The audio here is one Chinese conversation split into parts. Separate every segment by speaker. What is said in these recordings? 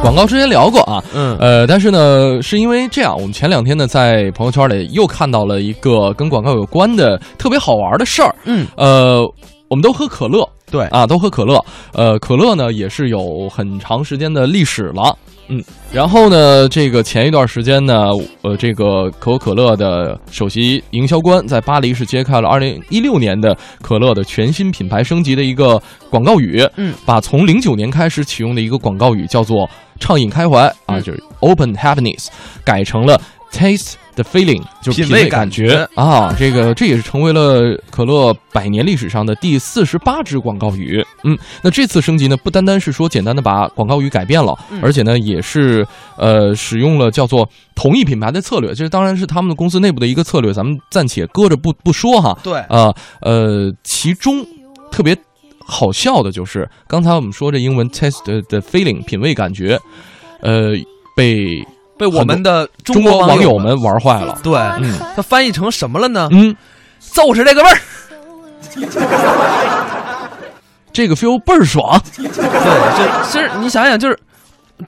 Speaker 1: 广告之前聊过啊，
Speaker 2: 嗯
Speaker 1: 呃，但是呢，是因为这样，我们前两天呢，在朋友圈里又看到了一个跟广告有关的特别好玩的事儿。
Speaker 2: 嗯，
Speaker 1: 呃，我们都喝可乐
Speaker 2: 对，
Speaker 1: 啊，都喝可乐。呃，可乐呢也是有很长时间的历史了。嗯，然后呢，这个前一段时间呢，呃，这个可口可乐的首席营销官在巴黎是揭开了二零一六年的可乐的全新品牌升级的一个广告语。
Speaker 2: 嗯，
Speaker 1: 把从零九年开始启用的一个广告语叫做“畅饮开怀”啊，
Speaker 2: 嗯
Speaker 1: 就是 “Open Happiness”，改成了 “Taste the Feeling”，就是
Speaker 2: 品
Speaker 1: 味
Speaker 2: 味感
Speaker 1: 觉
Speaker 2: 觉
Speaker 1: 啊。这个这也是成为了可乐百年历史上的第四十八支广告语。嗯，那这次升级呢，不单单是说简单的把广告语改变了，
Speaker 2: 嗯
Speaker 1: 而且呢，也是呃使用了叫做同一品牌的策略，这当然是他们的公司内部的一个策略，咱们暂且搁着不不说哈。
Speaker 2: 对，
Speaker 1: 啊，呃，其中特别好笑的就是刚才我们说这英文 “taste the feeling” 品味感觉，呃，被
Speaker 2: 被我们的
Speaker 1: 中
Speaker 2: 国
Speaker 1: 国网
Speaker 2: 友
Speaker 1: 友们玩坏了。
Speaker 2: 对，
Speaker 1: 嗯
Speaker 2: 它翻译成什么了呢？
Speaker 1: 嗯，
Speaker 2: 就是这个 味儿。
Speaker 1: 这个 feel 倍儿爽。
Speaker 2: 对，哎这其实你想想，就是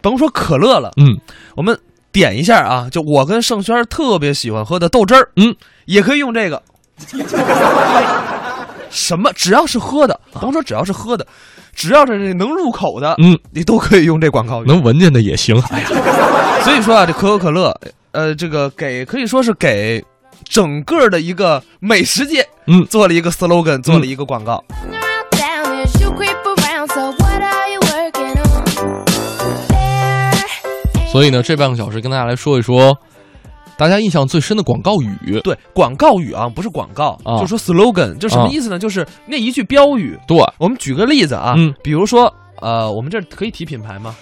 Speaker 2: 甭说可乐了，
Speaker 1: 嗯，
Speaker 2: 我们点一下啊，就我跟盛轩特别喜欢喝的豆汁儿，
Speaker 1: 嗯，
Speaker 2: 也可以用这个。 什么？只要是喝的，甭说只要是喝的，只要是能入口的，
Speaker 1: 嗯，
Speaker 2: 你都可以用这广告语。
Speaker 1: 能闻见的也行。哎呀，
Speaker 2: 所以说啊，这可口可乐，呃，这个给可以说是给整个的一个美食界，
Speaker 1: 嗯
Speaker 2: 做了一个 slogan，做了一个广告。
Speaker 3: down is you creep around, so what are you working on? There
Speaker 1: 所以呢，这半个小时跟大家来说一说，大家印象最深的广告语。
Speaker 2: 对，广告语啊，不是广告，
Speaker 1: 啊
Speaker 2: 就说 slogan，就什么意思呢？就是那一句标语。
Speaker 1: 对，
Speaker 2: 我们举个例子啊，
Speaker 1: 嗯
Speaker 2: 比如说，呃，我们这儿可以提品牌吗？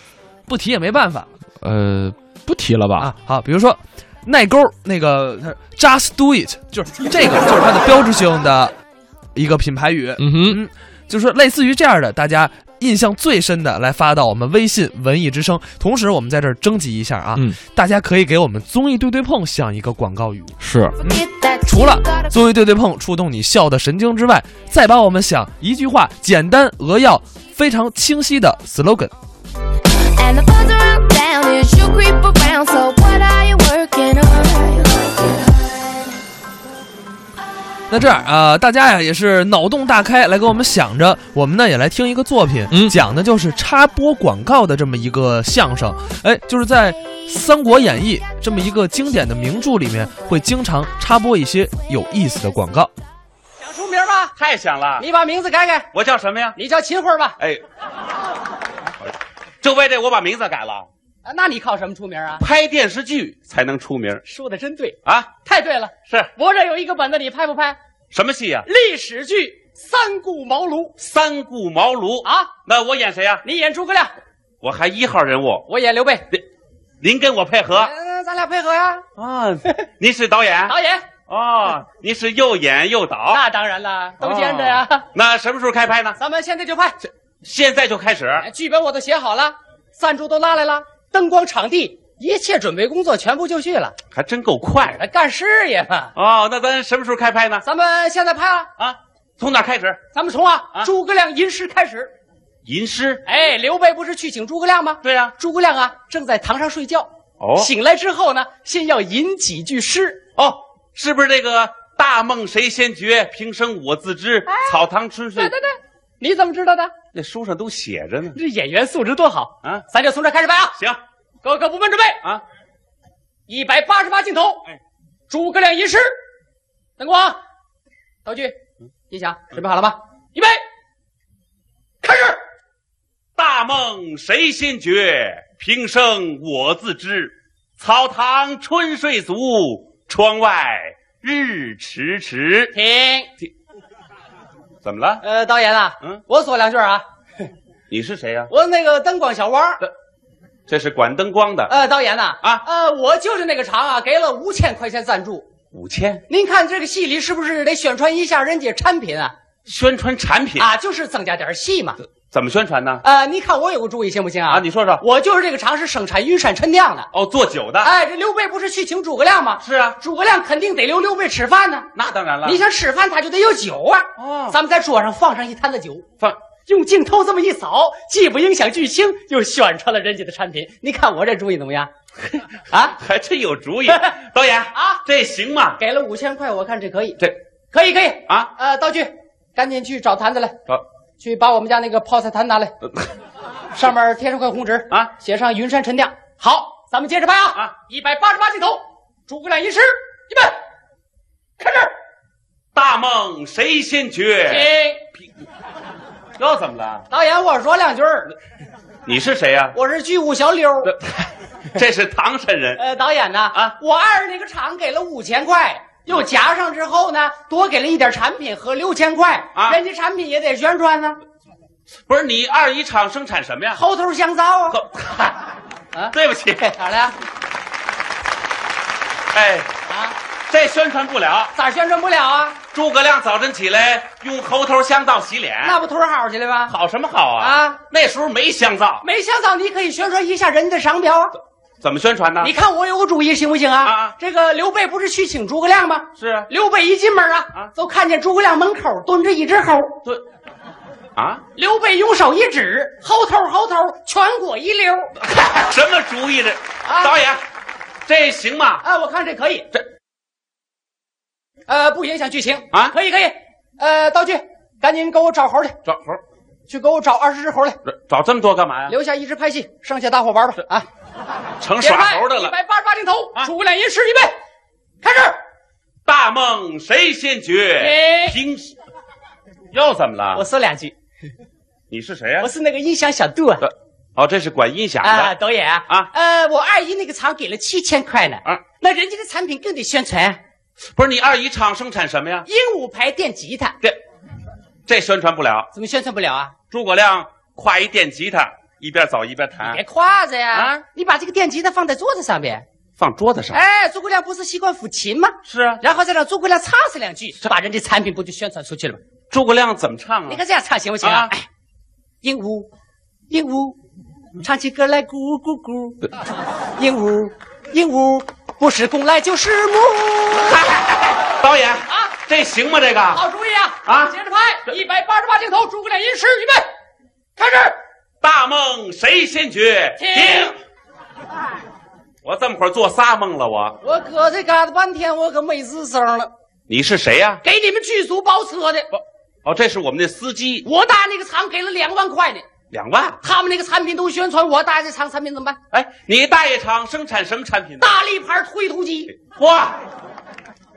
Speaker 2: 不提也没办法
Speaker 1: 呃，不提了吧？
Speaker 2: 啊。好，比如说耐钩儿那个它 Just Do It，就是这个就是它的标志性的一个品牌语。
Speaker 1: 嗯哼，
Speaker 2: 就是说类似于这样的，大家印象最深的来发到我们微信“文艺之声”。同时，我们在这儿征集一下啊，
Speaker 1: 嗯
Speaker 2: 大家可以给我们综艺对对碰想一个广告语。
Speaker 1: 是
Speaker 3: get that
Speaker 2: 除了
Speaker 3: you gotta
Speaker 2: 综艺对对碰触动你笑的神经之外，再帮我们想一句话，简单扼要、非常清晰的 slogan。
Speaker 3: And the buzz around town is you creep around, so what are you working on?
Speaker 2: 那这样啊、呃大家呀也是脑洞大开，来给我们想着，我们呢也来听一个作品，
Speaker 1: 嗯
Speaker 2: 讲的就是插播广告的这么一个相声。哎，就是在《三国演义》这么一个经典的名著里面，会经常插播一些有意思的广告。
Speaker 4: 想出名吧？
Speaker 5: 太想了！
Speaker 4: 你把名字改改，
Speaker 5: 我叫什么呀？
Speaker 4: 你叫秦桧吧？
Speaker 5: 哎，这为这我把名字改了，
Speaker 4: 啊那你靠什么出名啊？
Speaker 5: 拍电视剧才能出名
Speaker 4: 说的真对，
Speaker 5: 啊！
Speaker 4: 太对了！
Speaker 5: 是
Speaker 4: 我这有一个本子，你拍不拍？
Speaker 5: 什么戏呀、
Speaker 4: 历史剧《三顾茅庐
Speaker 5: 三顾茅庐！》
Speaker 4: 啊，
Speaker 5: 那我演谁呀、
Speaker 4: 你演诸葛亮，
Speaker 5: 我还一号人物，
Speaker 4: 我演刘备，
Speaker 5: 您跟我配合
Speaker 4: 嗯，咱俩配合呀。
Speaker 5: 啊！您是导演
Speaker 4: 导演，
Speaker 5: 哦，您是又演又导，
Speaker 4: 那当然了，都兼着呀。
Speaker 5: 哦那什么时候开拍呢？
Speaker 4: 咱们现在就拍，
Speaker 5: 现在就开始。
Speaker 4: 哎剧本我都写好了，赞助都拉来了，灯光、场地，一切准备工作全部就绪了，
Speaker 5: 还真够快的
Speaker 4: 来干事业嘛。
Speaker 5: 哦。那咱什么时候开拍呢？
Speaker 4: 咱们现在拍啊，
Speaker 5: 啊，从哪儿开始？
Speaker 4: 咱们从啊
Speaker 5: 啊
Speaker 4: 诸葛亮吟诗开始。
Speaker 5: 吟诗？
Speaker 4: 哎，刘备不是去请诸葛亮吗？
Speaker 5: 对呀、
Speaker 4: 诸葛亮啊，正在堂上睡觉，
Speaker 5: 哦
Speaker 4: 醒来之后呢，先要吟几句诗。
Speaker 5: 哦，是不是这个“大梦谁先觉，平生我自知”？草堂春睡，
Speaker 4: 哎对，你怎么知道的？
Speaker 5: 那书上都写着呢。
Speaker 4: 这演员素质多好！
Speaker 5: 啊，
Speaker 4: 咱就从这儿开始拍啊！
Speaker 5: 行
Speaker 4: 各个部门准备，
Speaker 5: 啊，
Speaker 4: 一百八十八镜头，
Speaker 5: 哎
Speaker 4: 诸葛亮吟诗，灯光、啊道具、音响
Speaker 5: 嗯
Speaker 4: 准备好了吗？预备，开始！
Speaker 5: 大梦谁先觉，平生我自知。草堂春睡足，窗外日迟迟。
Speaker 4: 停。
Speaker 5: 怎么了？
Speaker 4: 呃，导演啊，
Speaker 5: 嗯
Speaker 4: 我说两句啊，
Speaker 5: 你是谁呀、啊
Speaker 4: 我那个灯光小王，
Speaker 5: 这是管灯光的，
Speaker 4: 呃，导演呐、
Speaker 5: 呃啊
Speaker 4: 呃，我就是那个厂啊，给了五千块钱赞助。
Speaker 5: 五千
Speaker 4: 您看这个戏里是不是得宣传一下人家产品啊？
Speaker 5: 宣传产品
Speaker 4: 啊，就是增加点戏嘛。
Speaker 5: 怎么宣传呢？
Speaker 4: 呃，你看我有个主意行不行啊？
Speaker 5: 啊，你说说。
Speaker 4: 我就是这个厂是生产云山陈酿的。
Speaker 5: 哦，做酒的
Speaker 4: 哎，这刘备不是去请诸葛亮吗？
Speaker 5: 是啊，
Speaker 4: 诸葛亮肯定得留刘备吃饭呢。
Speaker 5: 那当然了。
Speaker 4: 你想吃饭，他就得有酒啊。
Speaker 5: 哦
Speaker 4: 咱们在桌上放上一坛子酒，
Speaker 5: 放
Speaker 4: 用镜头这么一扫，既不影响剧情，又宣传了人家的产品。你看我这主意怎么样？啊，
Speaker 5: 还真有主意。导 演
Speaker 4: 啊
Speaker 5: 这行吗？
Speaker 4: 给了五千块，我看这可以，
Speaker 5: 这
Speaker 4: 可以，可以。
Speaker 5: 啊，
Speaker 4: 呃，道具，赶紧去找坛子来，
Speaker 5: 啊
Speaker 4: 去把我们家那个泡菜坛拿来，上面贴上块红纸
Speaker 5: 啊
Speaker 4: 写上云山沉淀。好，咱们接着拍啊
Speaker 5: 啊！
Speaker 4: 一百八十八镜头，诸葛亮吟诗，预备，开始。
Speaker 5: 大梦谁先
Speaker 4: 哎
Speaker 5: 觉？
Speaker 4: 请
Speaker 5: 又怎么了？
Speaker 4: 导演，我说两句儿，
Speaker 5: 你是谁呀、
Speaker 4: 我是剧务小柳。
Speaker 5: 这 这是唐山人，
Speaker 4: 呃，导演呢？
Speaker 5: 啊，
Speaker 4: 我二那个厂给了五千块，又加上之后呢，多给了一点产品和六千块。
Speaker 5: 啊
Speaker 4: 人家产品也得宣传呢，
Speaker 5: 不是你二姨厂生产什么呀？
Speaker 4: 猴头香皂啊。
Speaker 5: 后
Speaker 4: 啊，
Speaker 5: 对不起，
Speaker 4: 咋了呀？
Speaker 5: 哎，
Speaker 4: 啊，
Speaker 5: 这宣传不了。
Speaker 4: 咋宣传不了啊？
Speaker 5: 诸葛亮早晨起来用猴头香皂洗脸，
Speaker 4: 那不腿好去了吗？
Speaker 5: 好什么好啊？
Speaker 4: 啊，
Speaker 5: 那时候没香皂，
Speaker 4: 没香皂，你可以宣传一下人家的商标啊。
Speaker 5: 怎么宣传呢？
Speaker 4: 你看我有个主意行不行啊？
Speaker 5: 啊
Speaker 4: 这个刘备不是去请诸葛亮吗？
Speaker 5: 是啊，
Speaker 4: 刘备一进门啊，
Speaker 5: 啊
Speaker 4: 就看见诸葛亮门口蹲着一只猴。
Speaker 5: 对，啊，
Speaker 4: 刘备用手一指，猴头猴头，全国一流。
Speaker 5: 什么主意这？
Speaker 4: 啊
Speaker 5: 导演，这行吗？
Speaker 4: 啊，我看这可以，
Speaker 5: 这
Speaker 4: 呃，不影响剧情
Speaker 5: 啊
Speaker 4: 可以可以。呃，道具，赶紧给我找猴去，
Speaker 5: 找猴
Speaker 4: 去给我找二十只猴来，
Speaker 5: 找找这么多干嘛呀？
Speaker 4: 留下一只拍戏，剩下大伙玩吧啊！
Speaker 5: 成耍猴的
Speaker 4: 一
Speaker 5: 了。
Speaker 4: 百八十八镜头，
Speaker 5: 啊
Speaker 4: 诸葛亮吟诗预备，开始。
Speaker 5: 大梦谁先觉
Speaker 4: 哎？
Speaker 5: 平时又怎么
Speaker 4: 我
Speaker 5: 了？
Speaker 4: 说两句，
Speaker 5: 你是谁呀啊
Speaker 4: 我？是那个音响小杜啊，
Speaker 5: 呃哦，这是管音响
Speaker 4: 啊，
Speaker 5: 的。
Speaker 4: 导演啊
Speaker 5: 啊
Speaker 4: 呃，我二姨那个厂给了七千块呢，
Speaker 5: 啊，
Speaker 4: 那人家的产品更得宣传啊，
Speaker 5: 不是你二姨厂生产什么呀？
Speaker 4: 鹦鹉牌电吉他
Speaker 5: 这这宣传不了。
Speaker 4: 怎么宣传不了啊？
Speaker 5: 诸葛亮挎一电吉他，一边走一边弹
Speaker 4: 别，挎着呀！
Speaker 5: 啊
Speaker 4: 你把这个电吉他放在桌子上边。
Speaker 5: 放桌子上。
Speaker 4: 哎，诸葛亮不是习惯抚琴吗？
Speaker 5: 是啊，
Speaker 4: 然后再让诸葛亮唱上两句，把人家产品不就宣传出去了吗？
Speaker 5: 诸葛亮怎么唱
Speaker 4: 你
Speaker 5: 啊
Speaker 4: 看？这样唱行不行啊
Speaker 5: 嗯啊？
Speaker 4: 哎，鹦鹉，鹦鹉，唱起歌来咕咕 咕，鹦鹉，鹦鹉，不是公来就是母。
Speaker 5: 导演
Speaker 4: 啊，
Speaker 5: 这行吗？这个
Speaker 4: 好主意啊！
Speaker 5: 啊
Speaker 4: 接着拍，一百八十八镜头，诸葛亮吟诗，预备，开始。
Speaker 5: 大梦谁先觉？
Speaker 4: 停
Speaker 5: 我这么会儿做仨梦了，我
Speaker 4: 我搁这嘎达半天，我可没吱声了。
Speaker 5: 你是谁呀、
Speaker 4: 给你们剧组包车的，
Speaker 5: 哦，这是我们那司机，
Speaker 4: 我大那个厂给了两万块呢。
Speaker 5: 两万。
Speaker 4: 他们那个产品都宣传，我大这厂产品怎么办？
Speaker 5: 哎，你大爷厂生产什么产品呢？
Speaker 4: 大力牌推土机
Speaker 5: 哇，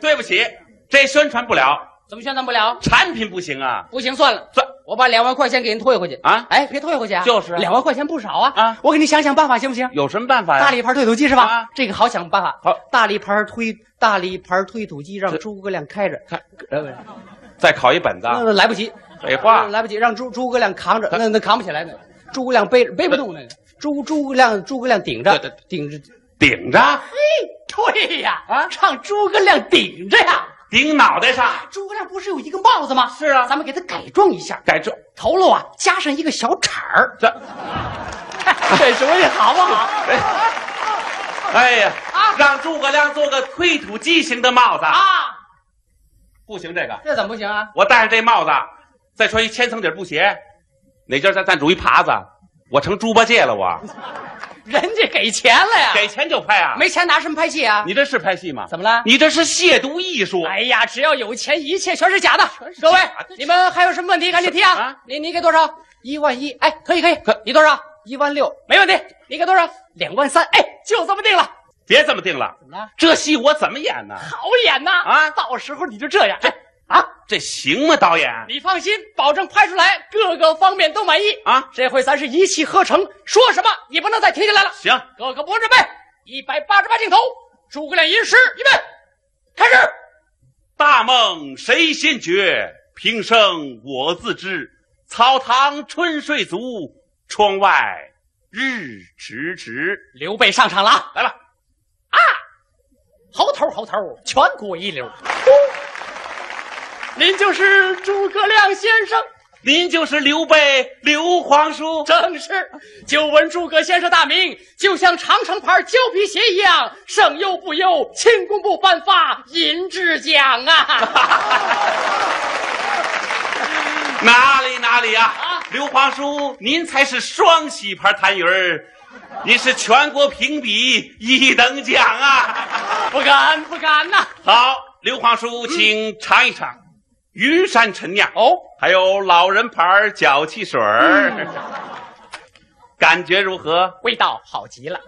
Speaker 5: 对不起，这宣传不了，
Speaker 4: 怎么宣传不了？
Speaker 5: 产品不行啊。
Speaker 4: 不行，算了，
Speaker 5: 算
Speaker 4: 我把两万块钱给人退回去
Speaker 5: 啊
Speaker 4: 哎，别退回去啊！
Speaker 5: 就是啊
Speaker 4: 两万块钱不少啊！
Speaker 5: 啊
Speaker 4: 我给你想想办法行不行？
Speaker 5: 有什么办法呀？
Speaker 4: 大力牌推土机是吧？
Speaker 5: 啊
Speaker 4: 这个好想办法。
Speaker 5: 好，
Speaker 4: 大力牌推大力牌推土机让
Speaker 5: 这
Speaker 4: 诸葛亮开着，
Speaker 5: 看
Speaker 4: 呃
Speaker 5: 再考一本子啊，
Speaker 4: 那来不及，
Speaker 5: 废话
Speaker 4: 来不及，让诸诸葛亮扛着，
Speaker 5: 他
Speaker 4: 那那扛不起来呢，诸葛亮背背不动那个，诸诸葛亮诸葛亮顶着
Speaker 5: 对对，
Speaker 4: 顶着，
Speaker 5: 顶着，
Speaker 4: 嘿，对呀，啊，让诸葛亮顶着呀。
Speaker 5: 顶脑袋上，
Speaker 4: 诸葛亮不是有一个帽子吗？
Speaker 5: 是啊
Speaker 4: 咱们给他改装一下，
Speaker 5: 改正
Speaker 4: 头颅啊加上一个小铲儿，
Speaker 5: 这，
Speaker 4: 这主意好不好？
Speaker 5: 哎呀，
Speaker 4: 啊
Speaker 5: 让诸葛亮做个推土机型的帽子，
Speaker 4: 啊，
Speaker 5: 不行这个。
Speaker 4: 这怎么不行啊？
Speaker 5: 我戴上这帽子，再穿一千层底布鞋，哪家再赞助一耙子，我成猪八戒了我。
Speaker 4: 人家给钱了呀，
Speaker 5: 给钱就拍 啊！，
Speaker 4: 没钱拿什么拍戏啊？
Speaker 5: 你这是拍戏吗？
Speaker 4: 怎么了？
Speaker 5: 你这是亵渎艺术。
Speaker 4: 哎呀，只要有钱，一切全是假的。各位，你们还有什么问题赶紧提啊！
Speaker 5: 啊
Speaker 4: 你你给多少？一万一，哎，可以可以，
Speaker 5: 可
Speaker 4: 你多少？一万六，没问题。你给多少？两万三，哎，就这么定了。
Speaker 5: 别这么定了，
Speaker 4: 怎么了？
Speaker 5: 这戏我怎么演呢？
Speaker 4: 好演呐！
Speaker 5: 啊
Speaker 4: 到时候你就这样，哎啊！
Speaker 5: 这行吗，导演？
Speaker 4: 你放心，保证拍出来各个方面都满意
Speaker 5: 啊！
Speaker 4: 这回咱是一气呵成，说什么也不能再停下来了。
Speaker 5: 行，
Speaker 4: 各个部门准备，一百八十八镜头，诸葛亮吟诗，预备，开始。
Speaker 5: 大梦谁先觉？平生我自知。草堂春睡足，窗外日迟迟。
Speaker 4: 刘备上场了啊，
Speaker 5: 来吧，
Speaker 4: 猴头猴头，全国一流。哦您就是诸葛亮先生，
Speaker 5: 您就是刘备刘皇叔。
Speaker 4: 正是。久闻诸葛先生大名，就像长城牌胶皮鞋一样，胜优不忧，庆功部颁发银质 奖啊！
Speaker 5: 哪里哪里呀、
Speaker 4: 啊
Speaker 5: 刘皇叔，您才是双喜牌痰盂儿，您是全国评比一等奖啊！
Speaker 4: 不敢不敢呐、
Speaker 5: 好，刘皇叔，请尝一尝云山陈酿
Speaker 4: 哦，
Speaker 5: 还有老人牌脚气水儿，感觉如何？
Speaker 4: 味道好极了。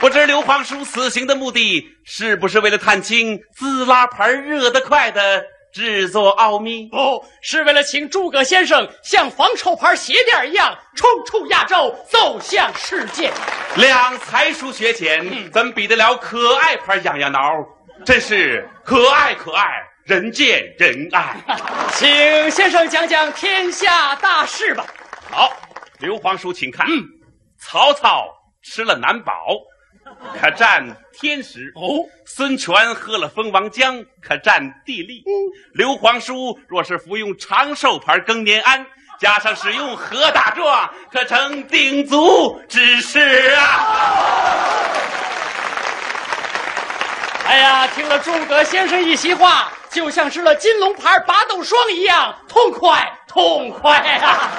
Speaker 5: 不知刘皇叔此行的目的是不是为了探清滋拉牌热得快的制作奥秘？
Speaker 4: 不哦是为了请诸葛先生像防臭牌鞋垫一样冲出亚洲，走向世界。
Speaker 5: 两才疏学浅，怎比得了可爱牌痒痒挠？真是可爱可爱，人见人爱。
Speaker 4: 请先生讲讲天下大事吧。
Speaker 5: 好，刘皇叔，请看，曹操吃了难保， 可占天时；哦，孙权喝了蜂王浆，可占地利。刘皇叔若是服用长寿牌更年安，加上使用何大壮，可成鼎足之势啊！
Speaker 4: 哎呀，听了诸葛先生一席话，就像吃了金龙牌拔豆霜一样痛快，痛快啊！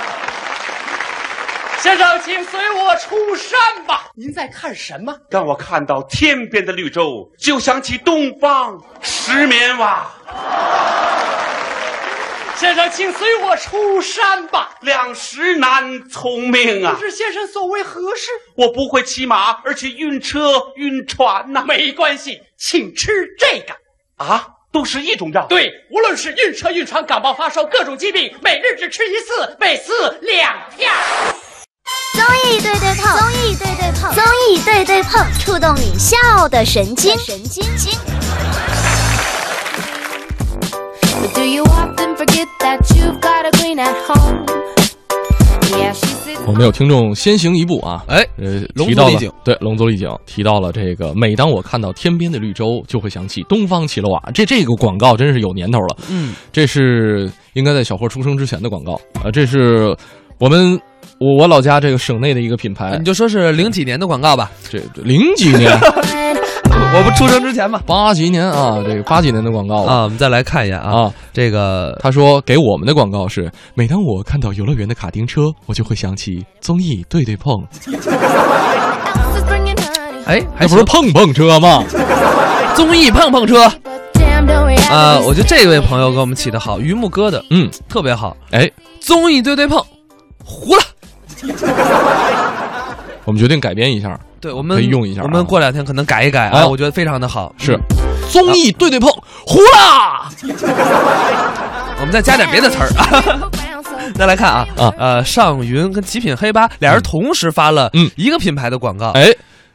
Speaker 4: 先生，请随我出山吧。您在看什么？
Speaker 5: 让我看到天边的绿洲，就想起东方石棉瓦。
Speaker 4: 先生，请随我出山吧。
Speaker 5: 两石难聪明啊
Speaker 4: 不！知先生所为何事？
Speaker 5: 我不会骑马，而且晕车晕船呐、
Speaker 4: 没关系，请吃这个。
Speaker 5: 啊，都是一种药。
Speaker 4: 对，无论是晕车、晕船、感冒、发烧，各种疾病，每日只吃一次，每次两片。
Speaker 6: 综艺对对碰，综艺对对碰，综艺对对碰，触动你笑的神经，神经经。
Speaker 3: But do you often forget that you've got a queen at home? Yeah, she sits.
Speaker 1: 我们哦有听众先行一步啊，
Speaker 2: 哎，
Speaker 1: 呃，
Speaker 2: 龙
Speaker 1: 提
Speaker 2: 族
Speaker 1: 到
Speaker 2: 丽
Speaker 1: 了
Speaker 2: 景
Speaker 1: 对龙族丽景提到了这个，每当我看到天边的绿洲，就会想起东方奇洛瓦。这这个广告真是有年头了，
Speaker 2: 嗯，
Speaker 1: 这是应该在小霍出生之前的广告啊、呃这是我们我我老家这个省内的一个品牌
Speaker 2: 你，就说是零几年的广告吧，
Speaker 1: 这这零几年
Speaker 2: 我不出生之前吧。
Speaker 1: 八几年啊，这个八几年的广告了
Speaker 2: 啊，我们再来看一眼啊，
Speaker 1: 啊
Speaker 2: 这个
Speaker 1: 他说给我们的广告是：每当我看到游乐园的卡丁车，我就会想起综艺对对碰，
Speaker 3: Alice is bringing honey.
Speaker 2: 哎，还
Speaker 1: 那不是
Speaker 2: 行
Speaker 1: 碰碰车吗？
Speaker 2: 综艺碰碰车
Speaker 3: But damn, don't we have
Speaker 2: 啊，
Speaker 3: to
Speaker 2: 我觉得
Speaker 3: stay
Speaker 2: 这位朋友给我们起的好，榆木疙瘩，
Speaker 1: 嗯，
Speaker 2: 特别好。
Speaker 1: 哎，
Speaker 2: 综艺对对碰，糊了。
Speaker 1: 我们决定改编一下，
Speaker 2: 对我们
Speaker 1: 可以用一下啊
Speaker 2: 我们过两天可能改一改啊，
Speaker 1: 哎
Speaker 2: 我觉得非常的好。
Speaker 1: 是综艺对对碰，糊啦！
Speaker 2: 我们再加点别的词儿啊。
Speaker 3: around, so
Speaker 2: 再来看啊，
Speaker 1: 啊
Speaker 2: 呃，上云跟极品黑八俩人同时发了
Speaker 1: 嗯
Speaker 2: 一个品牌的广告，
Speaker 1: 哎，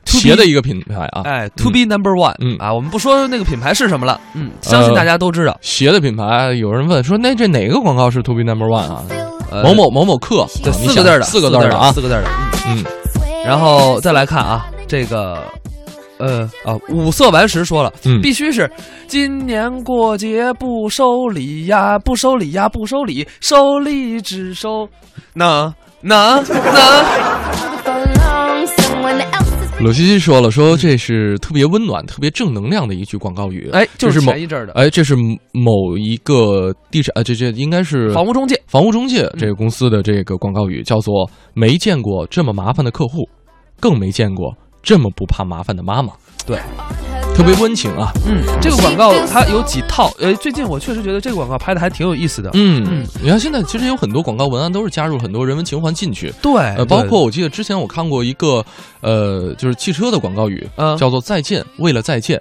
Speaker 2: To be-
Speaker 1: 鞋的一个品牌啊，
Speaker 2: 哎，To be number one，
Speaker 1: 嗯
Speaker 2: 啊，我们不说那个品牌是什么了，嗯，相信大家都知道，
Speaker 1: 呃鞋的品牌，有人问说，那这哪个广告是 To be number one 啊？
Speaker 2: 呃
Speaker 1: 某某某某客，
Speaker 2: 对
Speaker 1: 啊你
Speaker 2: 四个
Speaker 1: 想
Speaker 2: 字儿的，
Speaker 1: 四个字
Speaker 2: 字
Speaker 1: 儿的
Speaker 2: 的
Speaker 1: 啊
Speaker 2: 四，个字儿的，嗯。
Speaker 1: 嗯，
Speaker 2: 然后再来看啊，这个，呃啊，五色顽石说了，
Speaker 1: 嗯
Speaker 2: 必须是今年过节不收礼呀，不收礼呀，不收礼，收礼只收那那那，
Speaker 3: for long, someone else is
Speaker 1: 鲁西西说了，说这是特别温暖、特别正能量的一句广告语，
Speaker 2: 哎，就
Speaker 1: 这
Speaker 2: 是
Speaker 1: 是某
Speaker 2: 前一阵儿的
Speaker 1: 哎，这是某一个地产，呃，这这应该是
Speaker 2: 房屋中介，
Speaker 1: 房屋中介这
Speaker 2: 嗯
Speaker 1: 个公司的这个广告语叫做“没见过这么麻烦的客户，更没见过这么不怕麻烦的妈妈”。
Speaker 2: 对，
Speaker 1: 特别温情啊。
Speaker 2: 嗯，这个广告它有几套，呃，最近我确实觉得这个广告拍的还挺有意思的，
Speaker 1: 嗯，你看现在其实有很多广告文案都是加入很多人文情怀进去，
Speaker 2: 对，
Speaker 1: 呃，
Speaker 2: 哎对
Speaker 1: 包括我记得之前我看过一个，呃，就是汽车的广告语，
Speaker 2: 嗯
Speaker 1: 叫做“再见，为了再见”，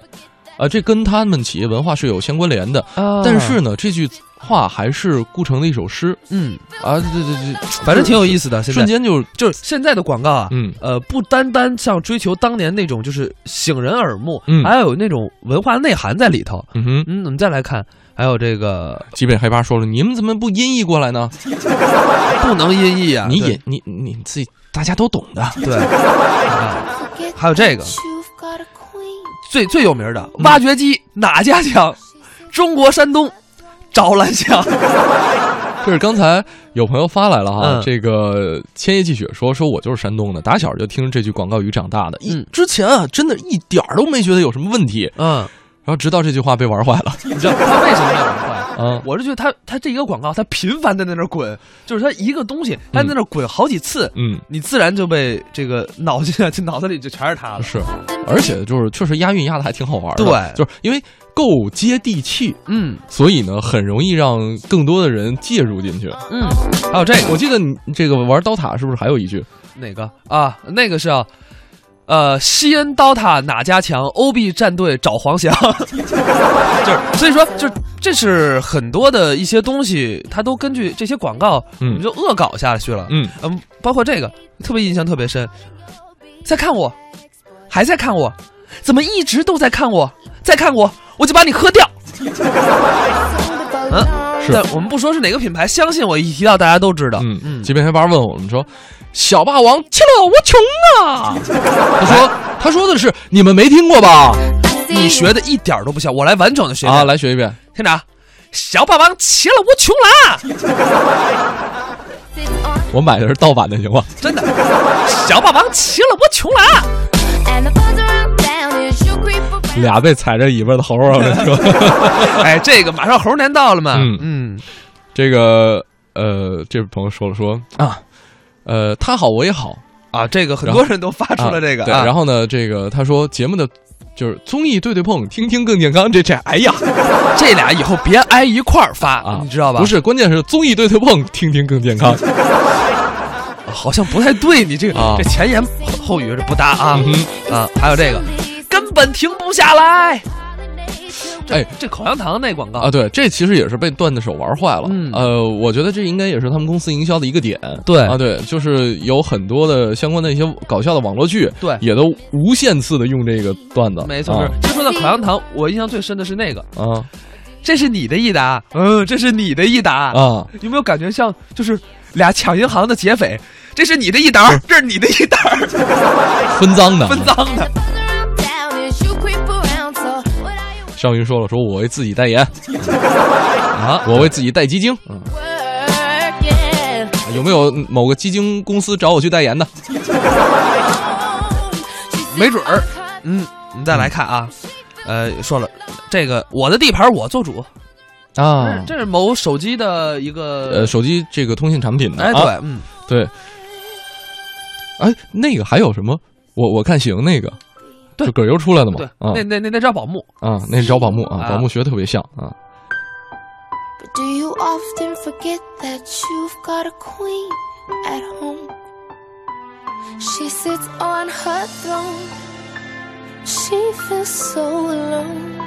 Speaker 1: 啊，这跟他们企业文化是有相关联的。
Speaker 2: 啊
Speaker 1: 但是呢，这句话还是顾城的一首诗
Speaker 2: 嗯，
Speaker 1: 啊，这这这，
Speaker 2: 反正挺有意思的，现在
Speaker 1: 瞬间就
Speaker 2: 就是现在的广告啊，
Speaker 1: 嗯
Speaker 2: 呃，不单单像追求当年那种就是醒人耳目，
Speaker 1: 嗯
Speaker 2: 还有那种文化内涵在里头。
Speaker 1: 嗯哼。
Speaker 2: 嗯，我们再来看，还有这个
Speaker 1: 极品黑八说了：“你们怎么不音译过来呢？
Speaker 2: 不能音译啊，
Speaker 1: 你
Speaker 2: 对
Speaker 1: 引你你自己，大家都懂 的。
Speaker 2: 对，啊
Speaker 3: forget
Speaker 2: 还有这个
Speaker 3: that you've got a queen.
Speaker 2: 最最有名的挖掘机哪家强？中国山东招兰强。
Speaker 1: 这是刚才有朋友发来了哈，
Speaker 2: 嗯
Speaker 1: 这个千叶寄雪说说我就是山东的，打小就听这句广告语长大的，一、
Speaker 2: 嗯
Speaker 1: 之前啊真的一点儿都没觉得有什么问题，
Speaker 2: 嗯，
Speaker 1: 然后直到这句话被玩坏了。
Speaker 2: 你知道他为什么要玩坏？
Speaker 1: 啊，
Speaker 2: 我是觉得他他这一个广告，他频繁的在那儿滚，就是他一个东西，他在那儿滚好几次，
Speaker 1: 嗯。
Speaker 2: 你自然就被这个脑筋啊，就脑子里就全是他了。
Speaker 1: 是，而且就是确实押韵押的还挺好玩的，
Speaker 2: 对
Speaker 1: 就是因为够接地气，
Speaker 2: 嗯
Speaker 1: 所以呢很容易让更多的人介入进去。
Speaker 2: 嗯，
Speaker 1: 还有这个，我记得你这个玩刀塔是不是还有一句
Speaker 2: 哪个啊？那个是啊，呃，西恩刀塔哪家强？OB 战队找黄翔， 就是所以说，就是这是很多的一些东西，它都根据这些广告，
Speaker 1: 嗯
Speaker 2: 你就恶搞下去了。
Speaker 1: 嗯
Speaker 2: 嗯，包括这个，特别印象特别深，在看我，还在看我，怎么一直都在看我，在看我，我就把你喝掉。嗯
Speaker 1: 是
Speaker 2: 但我们不说是哪个品牌，相信我，一提到大家都知道。
Speaker 1: 嗯嗯，街边黑八问我们说，小霸王切了，我穷啊。他说他说的是你们没听过吧？
Speaker 2: 你学的一点儿都不像，我来完整的学一遍
Speaker 1: 啊，来学一遍。
Speaker 2: 听着啊，小霸王骑了啊我穷啦，
Speaker 1: 我买的是盗版的，行吗？
Speaker 2: 真的，小霸王骑了啊我穷啦。
Speaker 1: 俩被踩着尾巴的猴儿，我跟你说。
Speaker 2: 哎，这个马上猴年到了嘛，
Speaker 1: 嗯
Speaker 2: 嗯
Speaker 1: 这个呃，这位朋友说了说啊，呃，他好我也好，
Speaker 2: 啊，这个很多人都发出了这个
Speaker 1: 啊对，
Speaker 2: 啊，
Speaker 1: 然
Speaker 2: 后
Speaker 1: 后呢，这个他说节目的就是综艺对对碰，听听更健康。这这，哎呀
Speaker 2: 这俩以后别挨一块儿发，
Speaker 1: 啊，
Speaker 2: 你知道吧？
Speaker 1: 不，是，关键是综艺对对碰，听听更健康。
Speaker 2: 好像不太对，你这个、
Speaker 1: 啊
Speaker 2: 这前言后语这不搭啊、
Speaker 1: 嗯哼
Speaker 2: 啊，还有这个根本停不下来，这
Speaker 1: 哎
Speaker 2: 这口香糖那广告
Speaker 1: 啊，，对，这其实也是被段子手玩坏了。
Speaker 2: 嗯
Speaker 1: 呃，我觉得这应该也是他们公司营销的一个点。
Speaker 2: 对
Speaker 1: 啊，对，就是有很多的相关的一些搞笑的网络剧，
Speaker 2: 对
Speaker 1: 也都无限次的用这个段子。
Speaker 2: 没错，
Speaker 1: 啊
Speaker 2: 是。就说到口香糖，我印象最深的是那个，
Speaker 1: 啊
Speaker 2: 这是你的一答，嗯，这是你的一答
Speaker 1: 啊，
Speaker 2: 有没有感觉像就是俩抢银行的劫匪？这是你的一沓儿，这是你的一沓儿，
Speaker 1: 分赃的。
Speaker 2: 分赃的。
Speaker 1: 尚云说了，说我为自己代言啊，我为自己带基金。嗯，有没有某个基金公司找我去代言的？
Speaker 2: 没准儿嗯，我们再来看啊，呃，说了这个我的地盘我做主，嗯
Speaker 1: 啊
Speaker 2: 哎这是某手机的一
Speaker 1: 呃，
Speaker 2: 个，
Speaker 1: 手机这个通信产品的，
Speaker 2: 哎，
Speaker 1: 啊
Speaker 2: 对，嗯，
Speaker 1: 对，哎，那个还有什么？我我看行那个，
Speaker 2: 对
Speaker 1: 就葛优出来的嘛
Speaker 2: 对，，
Speaker 1: 啊
Speaker 2: 那那那那叫宝木，
Speaker 1: 啊，那是找宝木啊，
Speaker 2: 啊
Speaker 1: 宝木学得特别像啊，
Speaker 3: But do you often forget that you've got a queen at home? She sits on her throne. She feels so alone.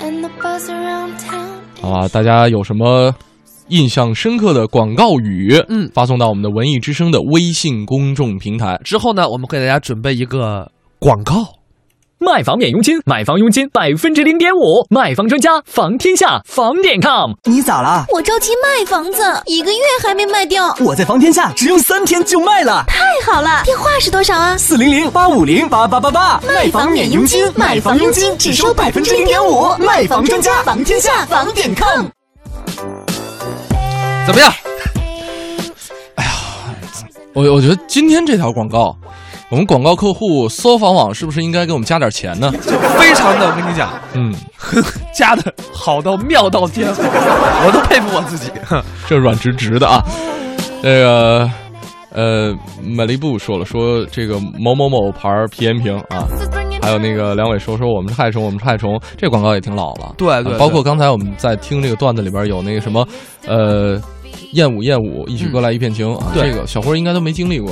Speaker 3: And the buzz around town.
Speaker 1: 好吧，大家有什么印象深刻的广告语？
Speaker 2: 嗯
Speaker 1: 发送到我们的文艺之声的微信公众平台。
Speaker 2: 之后呢，我们给大家准备一个广告。
Speaker 7: 卖房免佣金，买房佣金百分之零点五，卖房专家房天下房点 com，
Speaker 8: 你咋了？
Speaker 6: 我着急卖房子，一个月还没卖掉，
Speaker 8: 我在房天下只用三天就卖了，
Speaker 6: 太好了！电话是多少啊？
Speaker 8: 四零零八五零八八八八，
Speaker 6: 卖房免佣金，买房佣金只收百分之零点五，卖房专家房天下房点 com。
Speaker 2: 怎么样？
Speaker 1: 我我觉得今天这条广告，我们广告客户搜房网是不是应该给我们加点钱呢？
Speaker 2: 非常的，我跟你讲，
Speaker 1: 嗯，
Speaker 2: 加的好到妙到天，我都佩服我 自己。
Speaker 1: 这软直直的啊。这个呃，美丽布说了说这个某某某牌儿皮炎平啊，还有那个梁伟说说我们是害虫，我们是害虫，这广告也挺老了。
Speaker 2: 对对
Speaker 1: 啊包括
Speaker 2: 对
Speaker 1: 刚才我们在听这个段子里边有那个什么呃。燕舞燕舞，一曲歌来一片情、啊！
Speaker 2: 对
Speaker 1: 这个小辉应该都没经历过。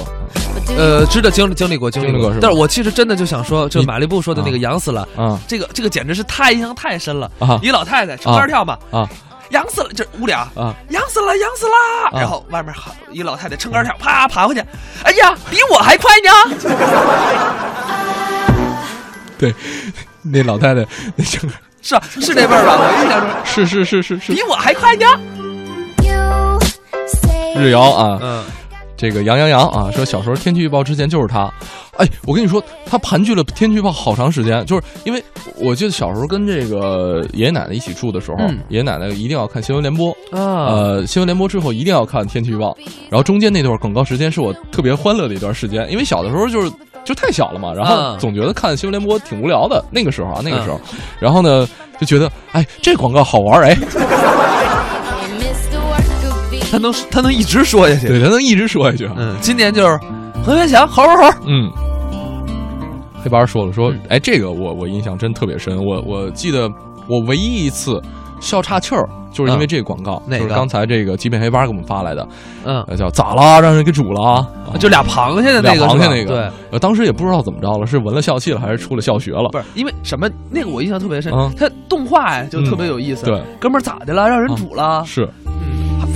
Speaker 2: 呃，知道经历经历过经历
Speaker 1: 经历过
Speaker 2: 过
Speaker 1: 是吧，
Speaker 2: 但是我其实真的就想说，就
Speaker 1: 你
Speaker 2: 马丽布说的那个痒死了，
Speaker 1: 啊
Speaker 2: 这个这个简直是太印象太深了
Speaker 1: 啊
Speaker 2: 一老太太撑杆跳嘛，
Speaker 1: 啊
Speaker 2: 痒死了，这屋里啊，
Speaker 1: 啊！
Speaker 2: 痒死了，痒死了。然后外面好一老太太撑杆跳，啪爬回去，哎呀，比我还快呢！
Speaker 1: 对，那老太太，那整个
Speaker 2: 是啊是这味儿吧？我印象中
Speaker 1: 是是是是是
Speaker 2: 比我还快呢。
Speaker 1: 日谣啊，
Speaker 2: 嗯，
Speaker 1: 这个杨洋洋啊，说小时候天气预报之前就是他，哎，我跟你说，他盘踞了天气预报好长时间，就是因为我记得小时候跟这个爷爷奶奶一起住的时候，
Speaker 2: 嗯
Speaker 1: 爷爷奶奶一定要看新闻联播，
Speaker 2: 啊，
Speaker 1: 呃，新闻联播之后一定要看天气预报，然后中间那段广告时间是我特别欢乐的一段时间，因为小的时候就是就太小了嘛，然后
Speaker 2: 嗯
Speaker 1: 总觉得看新闻联播挺无聊的，那个时候啊，那个时候，然后呢，就觉得哎这广告好玩儿
Speaker 2: 嗯
Speaker 1: 哎，
Speaker 2: 他能他能一直说下去。
Speaker 1: 对，他能一直说下去啊。
Speaker 2: 嗯，今年就是何元祥，猴猴猴，
Speaker 1: 嗯，黑白儿说了说，哎，这个我我印象真特别深，我我记得我唯一一次笑岔气儿，就是因为
Speaker 2: 嗯
Speaker 1: 这个广告，
Speaker 2: 哪
Speaker 1: 就是
Speaker 2: 个
Speaker 1: 刚才这个极品黑八给我们发来的，
Speaker 2: 嗯，
Speaker 1: 呃，叫咋啦，让人给煮了啊，
Speaker 2: 就俩螃蟹的 那
Speaker 1: 俩
Speaker 2: 个，
Speaker 1: 螃蟹
Speaker 2: 是吧
Speaker 1: 那个
Speaker 2: 对，，
Speaker 1: 呃，当时也不知道怎么着了，是闻了笑气了，还是出了笑学了？
Speaker 2: 不是因为什么？那个我印象特别深
Speaker 1: 嗯，
Speaker 2: 他动画呀就特别有意思。
Speaker 1: 嗯对，
Speaker 2: 哥们儿咋的了？让人煮了。
Speaker 1: 是，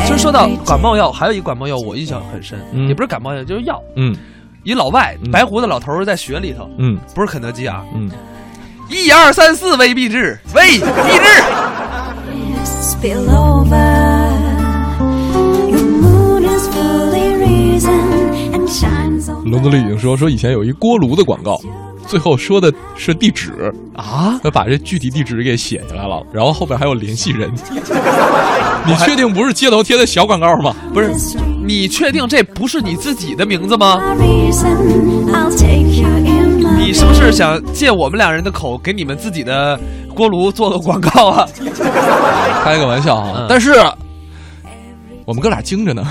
Speaker 2: 其实说到感冒药，还有一感冒药我印象很深，
Speaker 1: 嗯
Speaker 2: 也不是感冒药，就是药。
Speaker 1: 嗯
Speaker 2: 一老外
Speaker 1: 嗯
Speaker 2: 白胡子老头儿在雪里头，
Speaker 1: 嗯
Speaker 2: 不是肯德基啊，
Speaker 1: 嗯，
Speaker 2: 一二三四未必治，未必治。
Speaker 9: spill over. Your moon is fully risen and shines on.
Speaker 1: 笼子里已经说说以前有一锅炉的广告，最后说的是地址啊，他把这具体地址给写下来了，然后后边还有联系 人。你确定不是街头贴的小广告吗？
Speaker 2: 不是，你确定这不是你自己的名字吗？
Speaker 9: My reason, I'll take you in my.
Speaker 2: 你是不是想借我们两人的口给你们自己的锅炉做个广告啊？
Speaker 1: 开个玩笑啊！
Speaker 2: 嗯
Speaker 1: 但是我们哥俩精着 呢。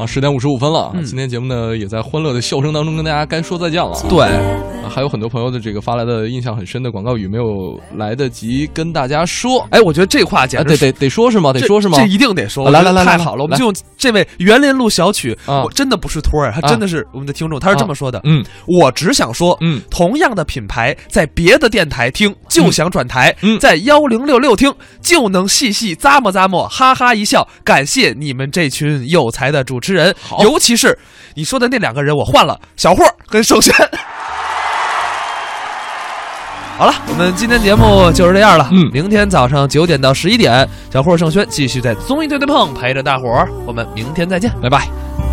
Speaker 1: 啊，十点五十五分了，
Speaker 2: 嗯
Speaker 1: 今天节目呢也在欢乐的笑声当中跟大家该说再见了。
Speaker 2: 对，
Speaker 1: 啊还有很多朋友的这个发来的印象很深的广告语没有来得及跟大家说，
Speaker 2: 哎，我觉得这话简
Speaker 1: 哎，
Speaker 2: 直
Speaker 1: 得
Speaker 2: 是、
Speaker 1: 得得说是吗？得
Speaker 2: 这
Speaker 1: 说是吗
Speaker 2: 这？一定得说。
Speaker 1: 啊来
Speaker 2: 我觉得
Speaker 1: 来来来
Speaker 2: 太好了！我
Speaker 1: 来
Speaker 2: 们就用这位园林路小曲，
Speaker 1: 啊
Speaker 2: 我真的不是托儿，他
Speaker 1: 啊
Speaker 2: 真的是我们的听众，他是这么说的。
Speaker 1: 嗯
Speaker 2: 我只想说，
Speaker 1: 嗯
Speaker 2: 同样的品牌在别的电台听就想转台，
Speaker 1: 嗯
Speaker 2: 在幺零六六听就能细细咂摸咂摸，哈哈一笑。感谢你们这群有才的主持人，
Speaker 1: 好
Speaker 2: 尤其是你说的那两个人，我换了小霍跟盛轩。好了，我们今天节目就是这样了。
Speaker 1: 嗯
Speaker 2: 明天早上九点到十一点，小霍盛轩继续在综艺对对碰陪着大伙儿。我们明天再见，拜拜。
Speaker 9: I